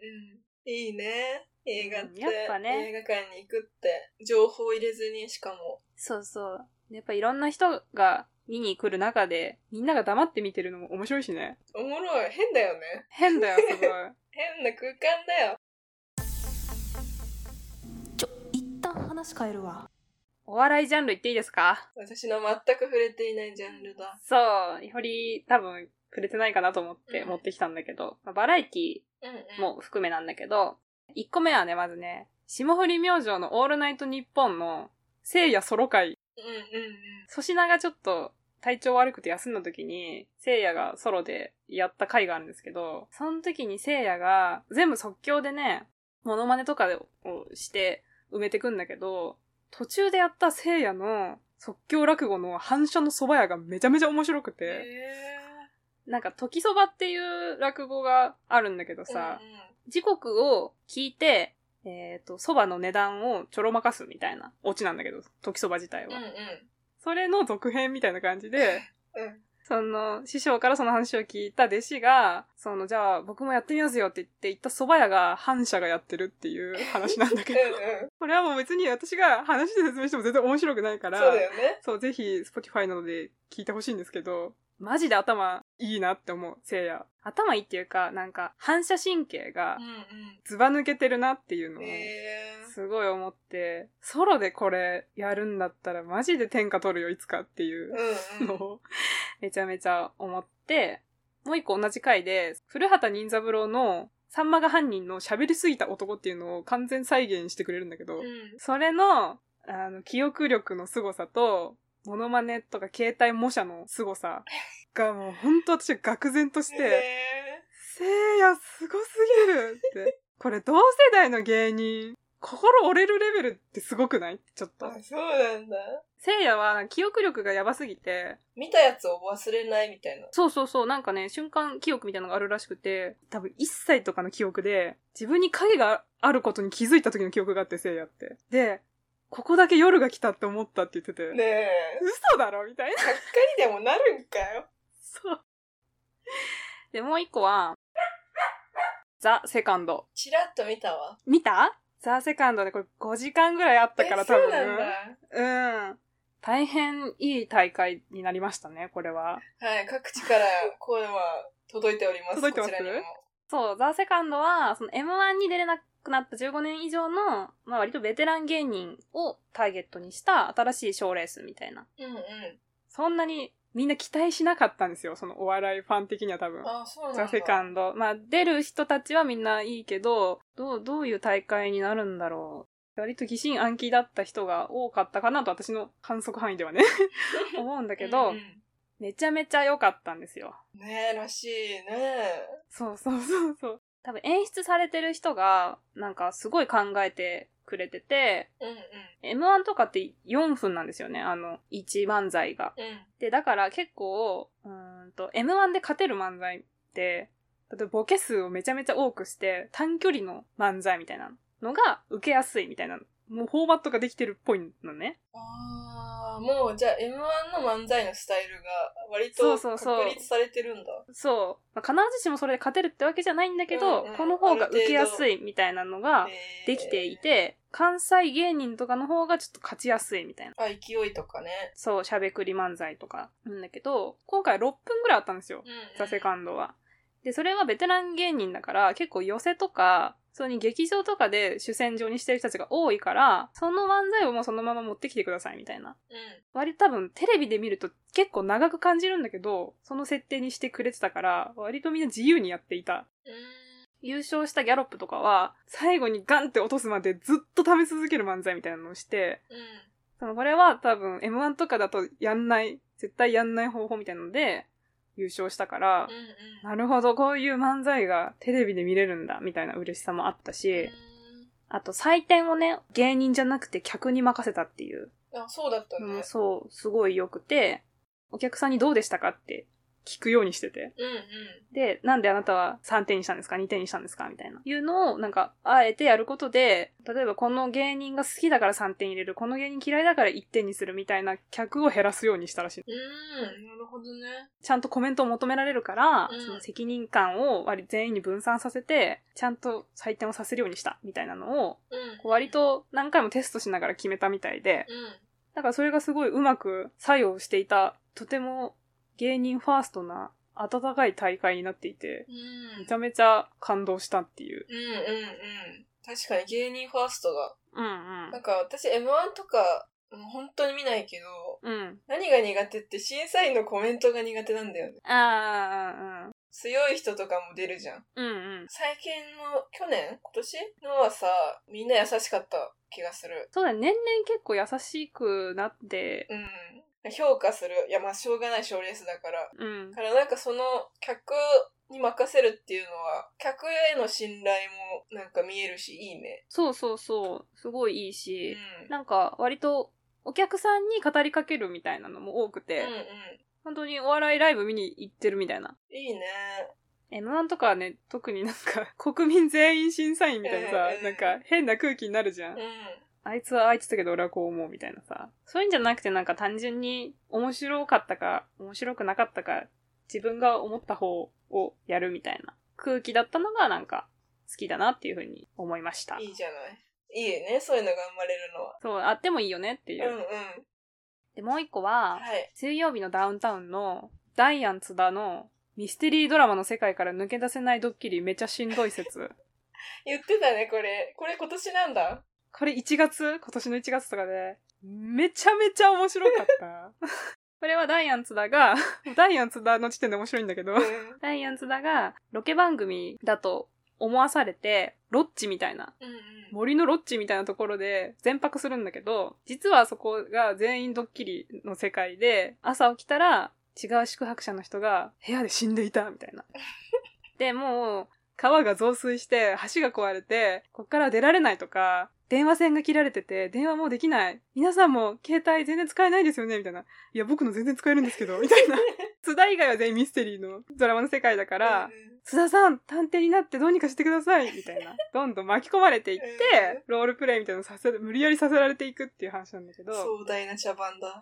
Speaker 3: いいね。映画って、
Speaker 2: うんやっぱね
Speaker 3: 映画館に行くって、情報入れずにしかも。
Speaker 2: そうそう。やっぱいろんな人が見に来る中で、みんなが黙って見てるのも面白いしね。
Speaker 3: おもろい。変だよね。
Speaker 2: 変だよ、す
Speaker 3: <laughs>
Speaker 2: ごい。
Speaker 3: 変な空間だよ。
Speaker 4: ちょ一旦話変えるわ
Speaker 2: お笑いジャンル言っていいですか
Speaker 3: 私の全く触れていないジャンルだ。
Speaker 2: そう、より多分触れてないかなと思って
Speaker 3: うん
Speaker 2: 持ってきたんだけど、まあバラエティ
Speaker 3: うんうん。
Speaker 2: も含めなんだけど、1個目はね、まずね、霜降り明星のオールナイトニッポンの聖夜ソロ会。
Speaker 3: うんうんうん。
Speaker 2: 粗品がちょっと体調悪くて休んだ時に、聖夜がソロでやった回があるんですけど、その時に聖夜が全部即興でね、モノマネとかをして埋めてくんだけど、途中でやった聖夜の即興落語の反射の蕎麦屋がめちゃめちゃ面白くて、
Speaker 3: へ
Speaker 2: なんか、時そばっていう落語があるんだけど
Speaker 3: ー
Speaker 2: さ、
Speaker 3: うんう
Speaker 2: 時刻を聞いて、えっ、と、そばの値段をちょろまかすみたいなオチなんだけど、時そば自体は。
Speaker 3: んうん
Speaker 2: それの続編みたいな感じで、
Speaker 3: うんうん。
Speaker 2: その、師匠からその話を聞いた弟子が、その、じゃあ僕もやってみますよって言って、行った蕎麦屋が反社がやってるっていう話なんだけど、
Speaker 3: うんうん。
Speaker 2: これはもう別に私が話で説明しても全然面白くないから、
Speaker 3: そうだよね。
Speaker 2: そう、ぜひ、Spotify などで聞いてほしいんですけど、マジで頭いいなって思う、せいや。頭いいっていうか、なんか、反射神経が
Speaker 3: うんうん。
Speaker 2: ずば抜けてるなっていうのを、
Speaker 3: えー、
Speaker 2: すごい思って、ソロでこれやるんだったらマジで天下取るよ、いつかっていう
Speaker 3: うんう
Speaker 2: の
Speaker 3: ん。
Speaker 2: を、めちゃめちゃ思って、もう一個同じ回で、古畑任三郎の、さんまが犯人の喋りすぎた男っていうのを完全再現してくれるんだけど、
Speaker 3: うん
Speaker 2: それの、あの、記憶力の凄さと、モノマネとか携帯模写の凄さがもう本当私は愕然として、
Speaker 3: え
Speaker 2: せいやすごすぎるって。これ同世代の芸人、心折れるレベルってすごくないちょっ
Speaker 3: ー、
Speaker 2: と。
Speaker 3: あそうなんだ
Speaker 2: せいやは記憶力がやばすぎて、
Speaker 3: 見たやつを忘れないみたいな
Speaker 2: そうそうそう、なんかね、瞬間記憶みたいなのがあるらしくて、多分1歳とかの記憶で、自分に影があることに気づいた時の記憶があって、せいやって。で、ここだけ夜が来たって思ったって言ってて。
Speaker 3: ねえ
Speaker 2: 嘘だろみたいな。
Speaker 3: がっかりでもなるんかよ
Speaker 2: そう。で、もう一個は、ザ・セカンド。
Speaker 3: チラッと見たわ
Speaker 2: 見たザ・セカンドでこれ5時間ぐらいあったから
Speaker 3: え
Speaker 2: 多分。
Speaker 3: そうなんだ
Speaker 2: うん。大変いい大会になりましたね、これは。
Speaker 3: はい各地から声は届いております
Speaker 2: 届いてます
Speaker 3: こちらにも
Speaker 2: そう、ザ・セカンドは、その M1 に出れなくなった15年以上の、まあ割とベテラン芸人をターゲットにした新しい賞ーレースみたいな。
Speaker 3: うん
Speaker 2: そんなにみんな期待しなかったんですよ、そのお笑いファン的には多分
Speaker 3: うん。あそうなんだ
Speaker 2: ザ・セカンド。まあ、出る人たちはみんないいけど、どう、どういう大会になるんだろう。割と疑心暗鬼だった人が多かったかなと私の観測範囲ではね、 <laughs> 思うんだけど、
Speaker 3: うんうん
Speaker 2: めちゃめちゃ良かったんですよ。
Speaker 3: ねえらしいね
Speaker 2: そうそうそうそう。多分演出されてる人が、なんかすごい考えてくれてて、
Speaker 3: うん
Speaker 2: M1 とかって4分なんですよね、あの、1漫才が。
Speaker 3: うんうん
Speaker 2: で、だから結構、うーんと、M1 で勝てる漫才って、例えばボケ数をめちゃめちゃ多くして、短距離の漫才みたいなのが受けやすいみたいな、もうフォーマットができてるっぽいのね。
Speaker 3: ああもうじゃあ M1 の漫才のスタイルが割
Speaker 2: そ
Speaker 3: と
Speaker 2: うそうそう
Speaker 3: 確立されてるんだ
Speaker 2: そう。まあ、必ずしもそれで勝てるってわけじゃないんだけど、
Speaker 3: うんうん
Speaker 2: この方が受けやす
Speaker 3: あ
Speaker 2: いみたいなのが
Speaker 3: えー
Speaker 2: できていて、関西芸人とかの方がちょっと勝ちやすいみたいな。
Speaker 3: あ勢いとかね
Speaker 2: そう、しゃべくり漫才とかなんだけど、今回6分ぐらいあったんですよ。
Speaker 3: うんうん
Speaker 2: ザ・セカンドは。で、それはベテラン芸人だから、結構寄せとか、それに劇場とかで主戦場にしてる人たちが多いから、その漫才をもうそのまま持ってきてくださいみたいな。
Speaker 3: うん
Speaker 2: 割と多分テレビで見ると結構長く感じるんだけど、その設定にしてくれてたから、割とみんな自由にやっていた。
Speaker 3: うーん
Speaker 2: 優勝したギャロップとかは、最後にガンって落とすまでずっと試し続ける漫才みたいなのをして、
Speaker 3: う
Speaker 2: そのこれは多分 M1 とかだとやんない、絶対やんない方法みたいなので、優勝したから、
Speaker 3: んうんうん
Speaker 2: なるほど、こういう漫才がテレビで見れるんだ、みたいな嬉しさもあったし、あと採点をね、芸人じゃなくて客に任せたっていう。
Speaker 3: あ、そうだったね。うん
Speaker 2: うん、そう、すごい良くて、お客さんにどうでしたかって聞くようにしてて。
Speaker 3: う
Speaker 2: で、なんであなたは3点にしたんですか ?2 点にしたんですかみたいな。いうのを、なんか、あえてやることで、例えばこの芸人が好きだから3点入れる、この芸人嫌いだから1点にするみたいな客を減らすようにしたらしい。
Speaker 3: ん。うん、なるほどね。
Speaker 2: ちゃんとコメントを求められるから、
Speaker 3: うん
Speaker 2: その責任感を割全員に分散させて、ちゃんと採点をさせるようにした、みたいなのを、
Speaker 3: うん。
Speaker 2: こう割。と何回もテストしながら決めたみたいで、
Speaker 3: うん。
Speaker 2: だからそれがすごいうまく作用していた、とても芸人ファーストな温かい大会になっていて、
Speaker 3: うん。
Speaker 2: めちゃめちゃ感動したっていう。
Speaker 3: うんうんうん。確かに芸人ファーストが。
Speaker 2: うん
Speaker 3: なんか私 M1 とか、もう本当に見ないけど、
Speaker 2: うん。うん。
Speaker 3: 何が苦手って審査員のコメントが苦手なんだよね。
Speaker 2: ああ、
Speaker 3: 強い人とかも出るじゃん。
Speaker 2: うんうん。
Speaker 3: 最近の、去年今年のはさ、みんな優しかった気がする。
Speaker 2: そうだね。年々結構優しくなって、
Speaker 3: うん。評価する。いや、まあしょうがない賞レースだから。
Speaker 2: うん
Speaker 3: だ。からなんかその、客に任せるっていうのは、客への信頼もなんか見えるし、いいね。
Speaker 2: そうそうそう。すごいいいし、
Speaker 3: うん。
Speaker 2: なんか割とお客さんに語りかけるみたいなのも多くて、
Speaker 3: うんうん。
Speaker 2: 本当にお笑いライブ見に行ってるみたいな。
Speaker 3: いいね。
Speaker 2: M1 とかはね、特になんか <laughs> 国民全員審査員みたいなさ
Speaker 3: うんう、ん
Speaker 2: なんか変な空気になるじゃん
Speaker 3: う。ん。
Speaker 2: あいつはあいつだけど俺はこう思うみたいなさ。そういうんじゃなくてなんか単純に面白かったか面白くなかったか自分が思った方をやるみたいな空気だったのがなんか好きだなっていうふうに思いました。
Speaker 3: いいじゃない。いいよね、そういうのが生まれるのは。
Speaker 2: そう、あってもいいよねっていう。
Speaker 3: うんうん。
Speaker 2: で、もう一個は、
Speaker 3: はい。
Speaker 2: 水曜日のダウンタウンのダイアン津田のミステリードラマの世界から抜け出せないドッキリめちゃしんどい説。
Speaker 3: 言ってたね、これ。これ今年な
Speaker 2: <laughs>
Speaker 3: んだ。
Speaker 2: これ1月今年の1月とかで、めちゃめちゃ面白かった。 <laughs> これはダイアン津田が、 <laughs> ダイアン津田の時点で面白いんだけど
Speaker 3: う、ん。
Speaker 2: ダイアン津田がロケ番組だと思わされて、ロッチみたいな、
Speaker 3: うんうん。
Speaker 2: 森のロッチみたいなところで全泊するんだけど、実はそこが全員ドッキリの世界で、朝起きたら違う宿泊者の人が部屋で死んでいたみたい
Speaker 3: <laughs>
Speaker 2: な。で、もう川が増水して橋が壊れて、こっから出られないとか、電話線が切られてて、電話もうできない。皆さんも携帯全然使えないですよねみたいな。いや、僕の全然使えるんですけど、みた
Speaker 3: <laughs>
Speaker 2: いな。津田以外は全員ミステリーのドラマの世界だから、須田さん探偵になってどうにかしてくださいみたい <laughs> などんどん巻き込まれていって
Speaker 3: うん
Speaker 2: ロールプレイみたいなのさせ無理やりさせられていくっていう話なんだけどそう
Speaker 3: 壮大な茶番だ。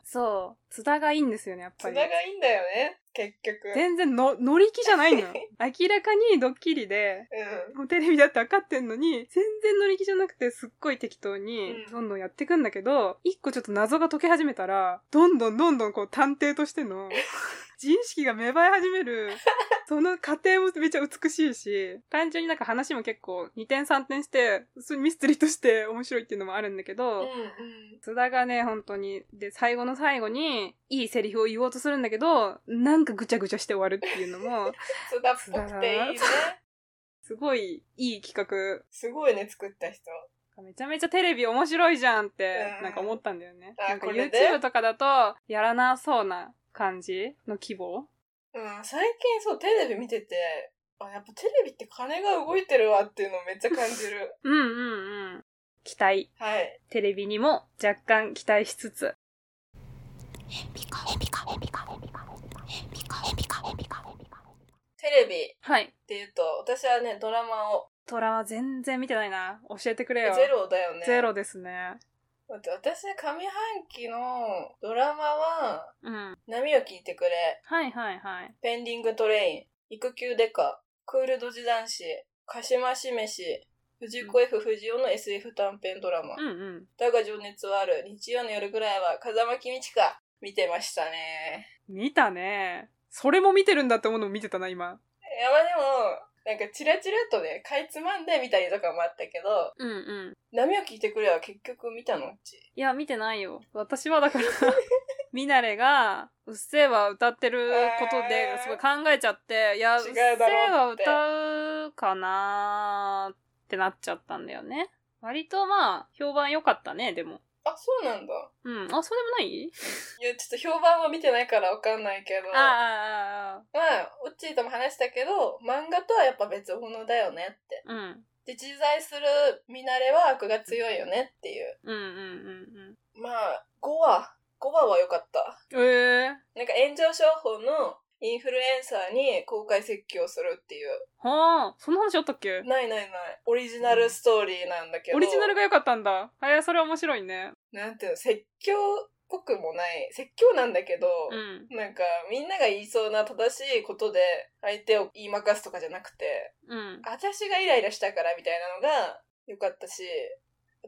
Speaker 2: 津田がいいんですよねやっぱ
Speaker 3: 綱
Speaker 2: り
Speaker 3: がいいんだよね、結局。
Speaker 2: 全然の乗り気じゃないの <laughs> よ明らかにドッキリでもうテレビだって分かってんのに全然乗り気じゃなくてすっごい適当に
Speaker 3: うん
Speaker 2: どんどんやってくんだけど一個ちょっと謎が解け始めたらどんどんどんどんこう探偵として
Speaker 3: <laughs>
Speaker 2: の自意識が芽生え始めるその過程もめっちゃ美しいし単純になんか話も結構2点3点して普通にミステリーとして面白いっていうのもあるんだけ
Speaker 3: うん。
Speaker 2: ど、
Speaker 3: うんうん。
Speaker 2: 津田がね本当にで最後の最後にいいセリフを言おうとするんだけどなんかぐちゃぐちゃして終わるっていうの
Speaker 3: <laughs>
Speaker 2: も
Speaker 3: 津田っぽくていいね
Speaker 2: 津。すごいいい企画
Speaker 3: すごいね、作った人。
Speaker 2: めちゃめちゃテレビ面白いじゃんって
Speaker 3: う、ん
Speaker 2: なんか思ったんだよね。
Speaker 3: あ
Speaker 2: なんか
Speaker 3: これで
Speaker 2: YouTube とかだと、やらなそうな感じの規模
Speaker 3: うん、最近そう、テレビ見てて、あ、やっぱテレビって金が動いてるわっていうのをめっちゃ感じる。
Speaker 2: うんうんうん。期待。
Speaker 3: はい。
Speaker 2: テレビにも若干期待しつつ。
Speaker 3: テレビっ
Speaker 2: はい。
Speaker 3: ていうと、私はね、ドラマを、
Speaker 2: トラは全然見てないな。教えてくれよ。
Speaker 3: ゼロだよね。
Speaker 2: ゼロですね。
Speaker 3: だって私上半期のドラマは
Speaker 2: うん。
Speaker 3: 「波を聞いてくれ」
Speaker 2: はいはいはい。
Speaker 3: 「ペンディングトレイン」「育休デカ」「クールドジ男子」「鹿島しめし」藤子 F 不二雄の SF 短編ドラマ
Speaker 2: うんうん。
Speaker 3: 「だが情熱はある」日曜の夜ぐらいは風間公親か見てましたね
Speaker 2: 見たね。それも見てるんだって思うのも見てたな、今。
Speaker 3: いやまあでもなんかチラチラっとねかいつまんで見たりとかもあったけど
Speaker 2: うんうん。
Speaker 3: 「波を聞いてくれ」は結局見たのうち
Speaker 2: いや、見てないよ。私はだ
Speaker 3: <laughs>
Speaker 2: から、ミナレが、うっせぇわ歌ってること
Speaker 3: え
Speaker 2: で、
Speaker 3: ー
Speaker 2: すごい考えちゃって、いや、うっ
Speaker 3: 違
Speaker 2: せ
Speaker 3: う
Speaker 2: ぇ
Speaker 3: だ
Speaker 2: わ
Speaker 3: ろうって
Speaker 2: 歌うかなーってなっちゃったんだよね。割とまあ、評判良かったね、でも。
Speaker 3: あそうなんだ
Speaker 2: うん。あ、そうでもない
Speaker 3: いやちょっと評判は見てないからわかんないけど
Speaker 2: ああ、ああ、ああ
Speaker 3: まあ、オッチーとも話したけど、漫画とはやっぱ別物だよねって。
Speaker 2: うん。
Speaker 3: で、実在する見慣れは悪が強いよねっていう。
Speaker 2: うんうんうん
Speaker 3: まあ、5話、5話は良かった。
Speaker 2: うん。ええー。
Speaker 3: なんか炎上商法のインフルエンサーに公開説教するっていう。
Speaker 2: はあ、そんな話あったっけ
Speaker 3: ないないない。オリジナルストーリーなんだけど。
Speaker 2: オリジナルが良かったんだ。えー、それ面白いね。
Speaker 3: なんていうの、説教っぽくもない。説教なんだけど、
Speaker 2: うん。
Speaker 3: なんかみんなが言いそうな正しいことで相手を言いまかすとかじゃなくて、
Speaker 2: うん。
Speaker 3: 私がイライラしたからみたいなのが良かったし、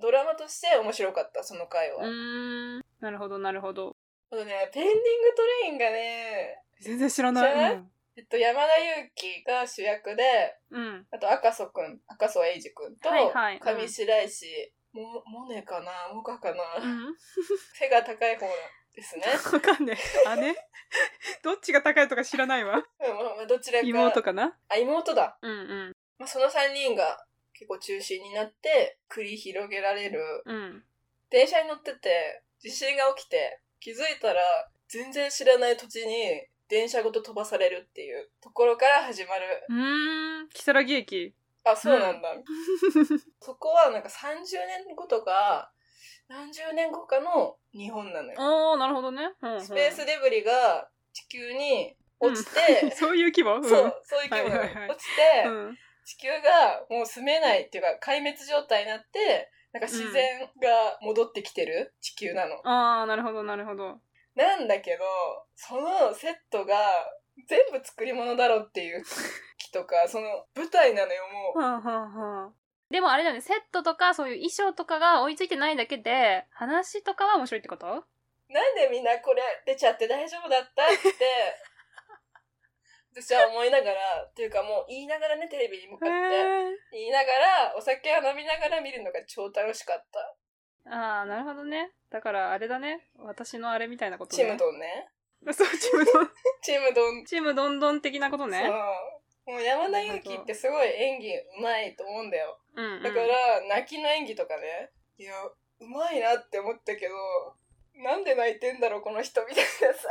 Speaker 3: ドラマとして面白かった、その回は。
Speaker 2: うーん。なるほど、なるほど。
Speaker 3: あとね、ペンディングトレインがね、
Speaker 2: 全然知ら
Speaker 3: 知ら
Speaker 2: な。
Speaker 3: ないい
Speaker 2: うん
Speaker 3: えっと、山田裕貴が主役で、
Speaker 2: うん。
Speaker 3: あと赤楚くん、赤楚衛二くんと、
Speaker 2: はいはいうん
Speaker 3: 上白石、も、モネかなモカかな、
Speaker 2: うん。
Speaker 3: 背が高い方ですね。
Speaker 2: <laughs> わかんねえ。姉どっちが高いとか知らないわ。
Speaker 3: うんまあまあ、どちらか。
Speaker 2: 妹かな
Speaker 3: あ、妹だ。
Speaker 2: うんうん。
Speaker 3: まあ、その3人が結構中心になって、繰り広げられる。
Speaker 2: うん。
Speaker 3: 電車に乗ってて、地震が起きて、気づいたら、全然知らない土地に、電車ごと飛ばされるっていうところから始まる。
Speaker 2: うーん。木更木駅。
Speaker 3: あ、そうなんだ。 <laughs> そこはなんか30年後とか、何十年後かの日本なのよ。
Speaker 2: おー、なるほどね。うんうん
Speaker 3: スペースデブリが地球に落ちて、
Speaker 2: そういう規模ん <laughs>
Speaker 3: そう、そういう規模なの
Speaker 2: はいはいはい
Speaker 3: 落ち
Speaker 2: う
Speaker 3: て、
Speaker 2: ん。
Speaker 3: 地球がもう住めないっていうか、壊滅状態になって、なんか自然が戻ってきてる地球なの。
Speaker 2: あー、なるほど、なるほど。
Speaker 3: なんだけど、そのセットが全部作り物だろっていう木
Speaker 2: <laughs>
Speaker 3: とか、その舞台なのよ、もう。
Speaker 2: はあはあはあ。でもあれだよね、セットとかそういう衣装とかが追いついてないだけで、話とかは面白いってこと
Speaker 3: なんでみんなこれ出ちゃって大丈夫だったって
Speaker 2: <laughs>
Speaker 3: 私は思いながらっていうかもう言いながらねテレビに向かって言いながらお酒を飲みながら見るのが超楽しかった
Speaker 2: ああ、なるほどね。だからあれだね。私のあれみたいなこと
Speaker 3: ち
Speaker 2: ね。
Speaker 3: むどんね
Speaker 2: ん。 <laughs> そう、チームドン。
Speaker 3: ちむどん
Speaker 2: チームどんどん的なことね。
Speaker 3: そうもう山田裕貴ってすごい演技うまいと思うんだよ
Speaker 2: うん、うん。
Speaker 3: だから泣きの演技とかねいやうまいなって思ったけどなんで泣いてんだろうこの人みたいなさ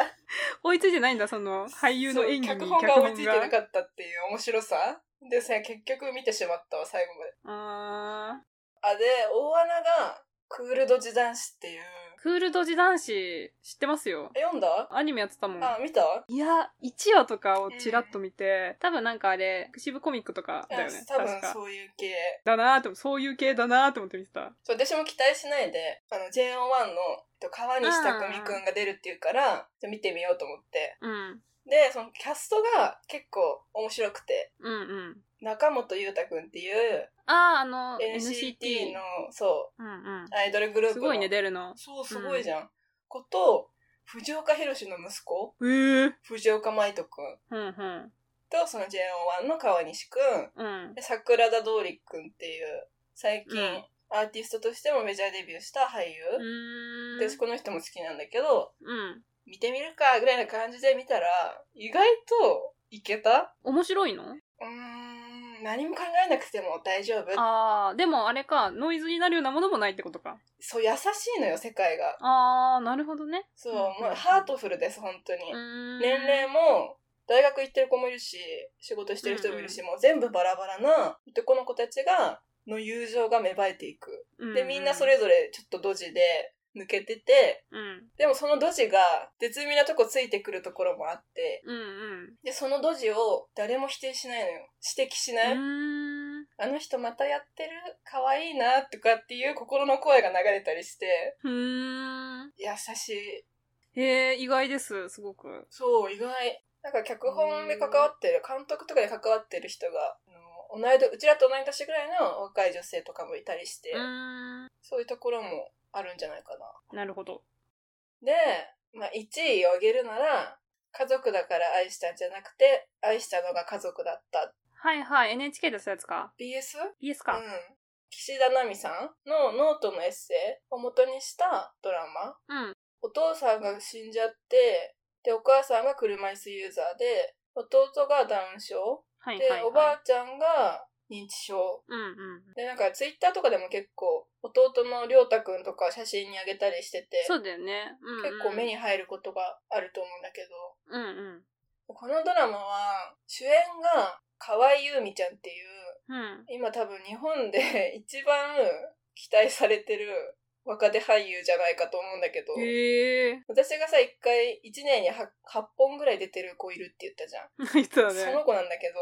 Speaker 2: 追いついてないんだ、その俳優の演技に
Speaker 3: そう脚本が追いついてなかったっていう面白さでさ結局見てしまったわ最後まで
Speaker 2: あー
Speaker 3: あで大穴がクールドジ男子っていう
Speaker 2: クールドジ男子知ってますよ。
Speaker 3: え読んだ
Speaker 2: アニメやってたもん。
Speaker 3: あ見た
Speaker 2: いや、1話とかをちらっと見て、多分なんかあれ、渋コミックとかだよね。
Speaker 3: 多分
Speaker 2: 確か。
Speaker 3: そういう系
Speaker 2: だなーって、そういう系だなーって思って見てた。
Speaker 3: そう私も期待しないであの JO1 のえっと川西匠くんが出るっていうからじゃあ見てみようと思って
Speaker 2: うん。
Speaker 3: でそのキャストが結構面白くて
Speaker 2: うんうん。
Speaker 3: 中本裕太くんっていう
Speaker 2: ああ、あの、
Speaker 3: NCT のそ
Speaker 2: うんうん。
Speaker 3: うアイドルグループ
Speaker 2: す
Speaker 3: の
Speaker 2: ごいね、出るの。
Speaker 3: そう、すごいじゃん。こと、藤岡弘の息子、
Speaker 2: えー。
Speaker 3: 藤岡舞斗くん
Speaker 2: うんうん。
Speaker 3: と、その JO1 の川西くん、
Speaker 2: うん。
Speaker 3: で桜田通りくんっていう、最近、
Speaker 2: うん
Speaker 3: アーティストとしてもメジャーデビューした俳
Speaker 2: う
Speaker 3: 優。
Speaker 2: ーん。
Speaker 3: 私この人も好きなんだけど、
Speaker 2: うん。
Speaker 3: 見てみるか、ぐらいな感じで見たら、意外といけた
Speaker 2: 面白いの
Speaker 3: うーん、何も考えなくても大丈夫。
Speaker 2: ああ、でもあれか、ノイズになるようなものもないってことか。
Speaker 3: そう、優しいのよ、世界が。
Speaker 2: ああ、なるほどね。
Speaker 3: そう、
Speaker 2: うん
Speaker 3: もうハートフルです、本当に。
Speaker 2: うーん。
Speaker 3: 年齢も大学行ってる子もいるし仕事してる人もいるし、もう全部バラバラな男の子たちがの友情が芽生えていく
Speaker 2: 齢
Speaker 3: でみんなそれぞれちょっとドジで抜けてて
Speaker 2: うん。
Speaker 3: でもそのドジが絶妙なとこついてくるところもあって
Speaker 2: うんうん。
Speaker 3: でそのドジを誰も否定しないのよ指摘し
Speaker 2: う
Speaker 3: ない、
Speaker 2: ーん。
Speaker 3: あの人またやってる可愛いなとかっていう心の声が流れたりして
Speaker 2: うーん。
Speaker 3: 優しい
Speaker 2: へえ、意外です、すごく。
Speaker 3: そう、意外。なんか脚本で関わってる、監督とかで関わってる人が、あの同い年うちらと同い年ぐらいの若い女性とかもいたりして、
Speaker 2: うーん。
Speaker 3: そういうところもあるんじゃないかな。
Speaker 2: なるほど。
Speaker 3: で、まあ、1位をあげるなら、家族だから愛したんじゃなくて、愛したのが家族だった。
Speaker 2: はいはい、NHK でしたやつか。
Speaker 3: BS?
Speaker 2: BS
Speaker 3: うん
Speaker 2: か。。
Speaker 3: 岸田奈美さんのノートのエッセイを元にしたドラマ
Speaker 2: うん。
Speaker 3: お父さんが死んじゃって、で、お母さんが車椅子ユーザーで、弟がダウン症、
Speaker 2: はい
Speaker 3: で、
Speaker 2: はい、はい。
Speaker 3: おばあちゃんが認知症。
Speaker 2: うんうん。
Speaker 3: で、なんかツイッターとかでも結構、弟のりょうたくんとか写真にあげたりしてて、
Speaker 2: そうだよね。うんうん、
Speaker 3: 結構目に入ることがあると思うんだけど、
Speaker 2: うんうん。
Speaker 3: このドラマは、主演が河合優美ちゃんっていう、
Speaker 2: うん。
Speaker 3: 今多分日本で <laughs> 一番期待されてる若手俳優じゃないかと思うんだけど、
Speaker 2: へ <laughs> え。
Speaker 3: 私がさ、一回、一年に 8, 8本ぐらい出てる子いるって言ったじゃん。
Speaker 2: 言ってた
Speaker 3: そ
Speaker 2: ね
Speaker 3: の。子なんだけど、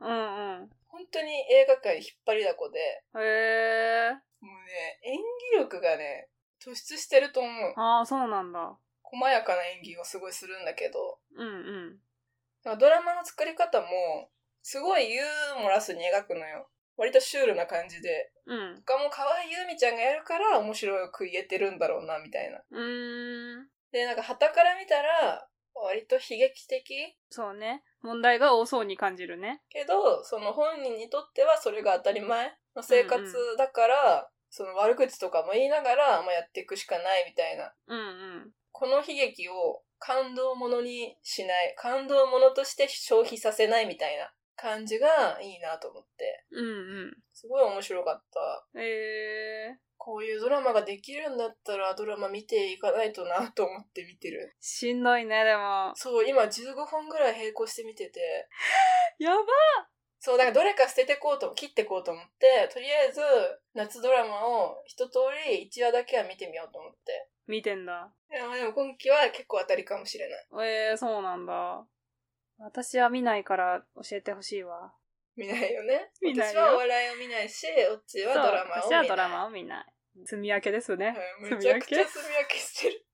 Speaker 2: うんうん。
Speaker 3: 本当に映画界引っ張りだ子で、
Speaker 2: へえ。
Speaker 3: もうね、演技力がね、突出してると思う。
Speaker 2: ああ、そうなんだ。
Speaker 3: 細やかな演技をすごいするんだけど、
Speaker 2: うんうん。
Speaker 3: なんかドラマの作り方も、すごいユーモラスに描くのよ。割とシュールな感じで。
Speaker 2: うん。
Speaker 3: 他も可愛いゆみちゃんがやるから面白く言えてるんだろうな、みたいな。
Speaker 2: うーん。
Speaker 3: で、なんか旗から見たら、割と悲劇的
Speaker 2: そうね。問題が多そうに感じるね。
Speaker 3: けど、その本人にとってはそれが当たり前の生活だから、その悪口とかも言いながら、まあ、やっていくしかないみたいな。
Speaker 2: うんうん。
Speaker 3: この悲劇を感動ものにしない、感動ものとして消費させないみたいな感じがいいなと思って、
Speaker 2: うん
Speaker 3: すごい面白かった。
Speaker 2: うん。えー。
Speaker 3: こういうドラマができるんだったらドラマ見ていかないとなと思って見てる。
Speaker 2: しんどいね、でも。
Speaker 3: そう、今15本ぐらい並行して見てて、
Speaker 2: やば
Speaker 3: そう、だからどれか捨ててこうと、切ってこうと思って、とりあえず夏ドラマを一通り1話だけは見てみようと思って。
Speaker 2: 見てんだ。
Speaker 3: いやまあでも今期は結構当たりかもしれない。
Speaker 2: えー、そうなんだ。私は見ないから教えてほしいわ。
Speaker 3: 見ないよね。
Speaker 2: 見ない
Speaker 3: 私
Speaker 2: よ
Speaker 3: はお笑いを見ないし、オッチはドラマを
Speaker 2: そう私
Speaker 3: 見ない。
Speaker 2: はドラマを見ない。積み分けですね。
Speaker 3: うんめちゃくちゃ住み分けしてる。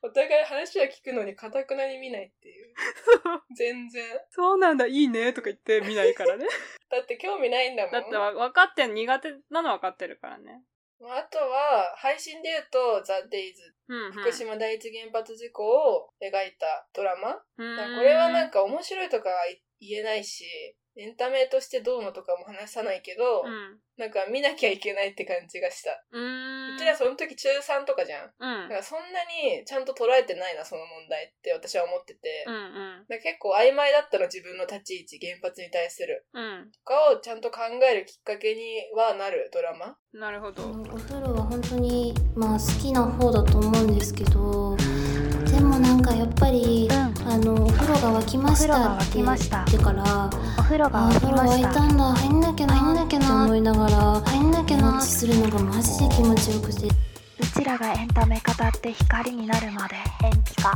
Speaker 3: お互い話は聞くのに、かたくなに見ないっていう。全然。
Speaker 2: そうなんだ、いいねとか言って見ない
Speaker 3: <laughs>
Speaker 2: からね。
Speaker 3: だって興味ないんだもん。
Speaker 2: だってわ分かってん、苦手なのは分かってるからね。
Speaker 3: まああとは、配信で言うと、ザ・デイズ、
Speaker 2: うん、うん。
Speaker 3: 福島第一原発事故を描いたドラマ。
Speaker 2: うーん。
Speaker 3: なんかこれはなん
Speaker 2: か、
Speaker 3: か面白いとかは言えないし、エンタメとしてどうのとかも話さないけど、
Speaker 2: うん。
Speaker 3: なんか見なきゃいけないって感じがした。
Speaker 2: うーん。
Speaker 3: うちらその時中3とかじゃん。
Speaker 2: うん。
Speaker 3: だからそんなにちゃんと捉えてないな、その問題って私は思ってて。
Speaker 2: うんうん。
Speaker 3: だから結構曖昧だったの自分の立ち位置原発に対する
Speaker 2: うん。
Speaker 3: とかをちゃんと考えるきっかけにはなるドラマ
Speaker 2: なるほ
Speaker 4: あ
Speaker 2: ど。
Speaker 4: のおたるは本当にまあ好きな方だと思うんですけどでもなんかやっぱり、
Speaker 5: うん
Speaker 4: あのお風呂が沸きましたって言ってから
Speaker 5: お風呂が
Speaker 4: あお
Speaker 5: 沸き
Speaker 4: 風呂
Speaker 5: ま
Speaker 4: 沸い
Speaker 5: した
Speaker 4: たんだ入んなきゃな入んなきゃなって思いながら入んなきゃなってするのがマジで気持ちよくて
Speaker 5: うちらがエンタメ語って光になるまで延期か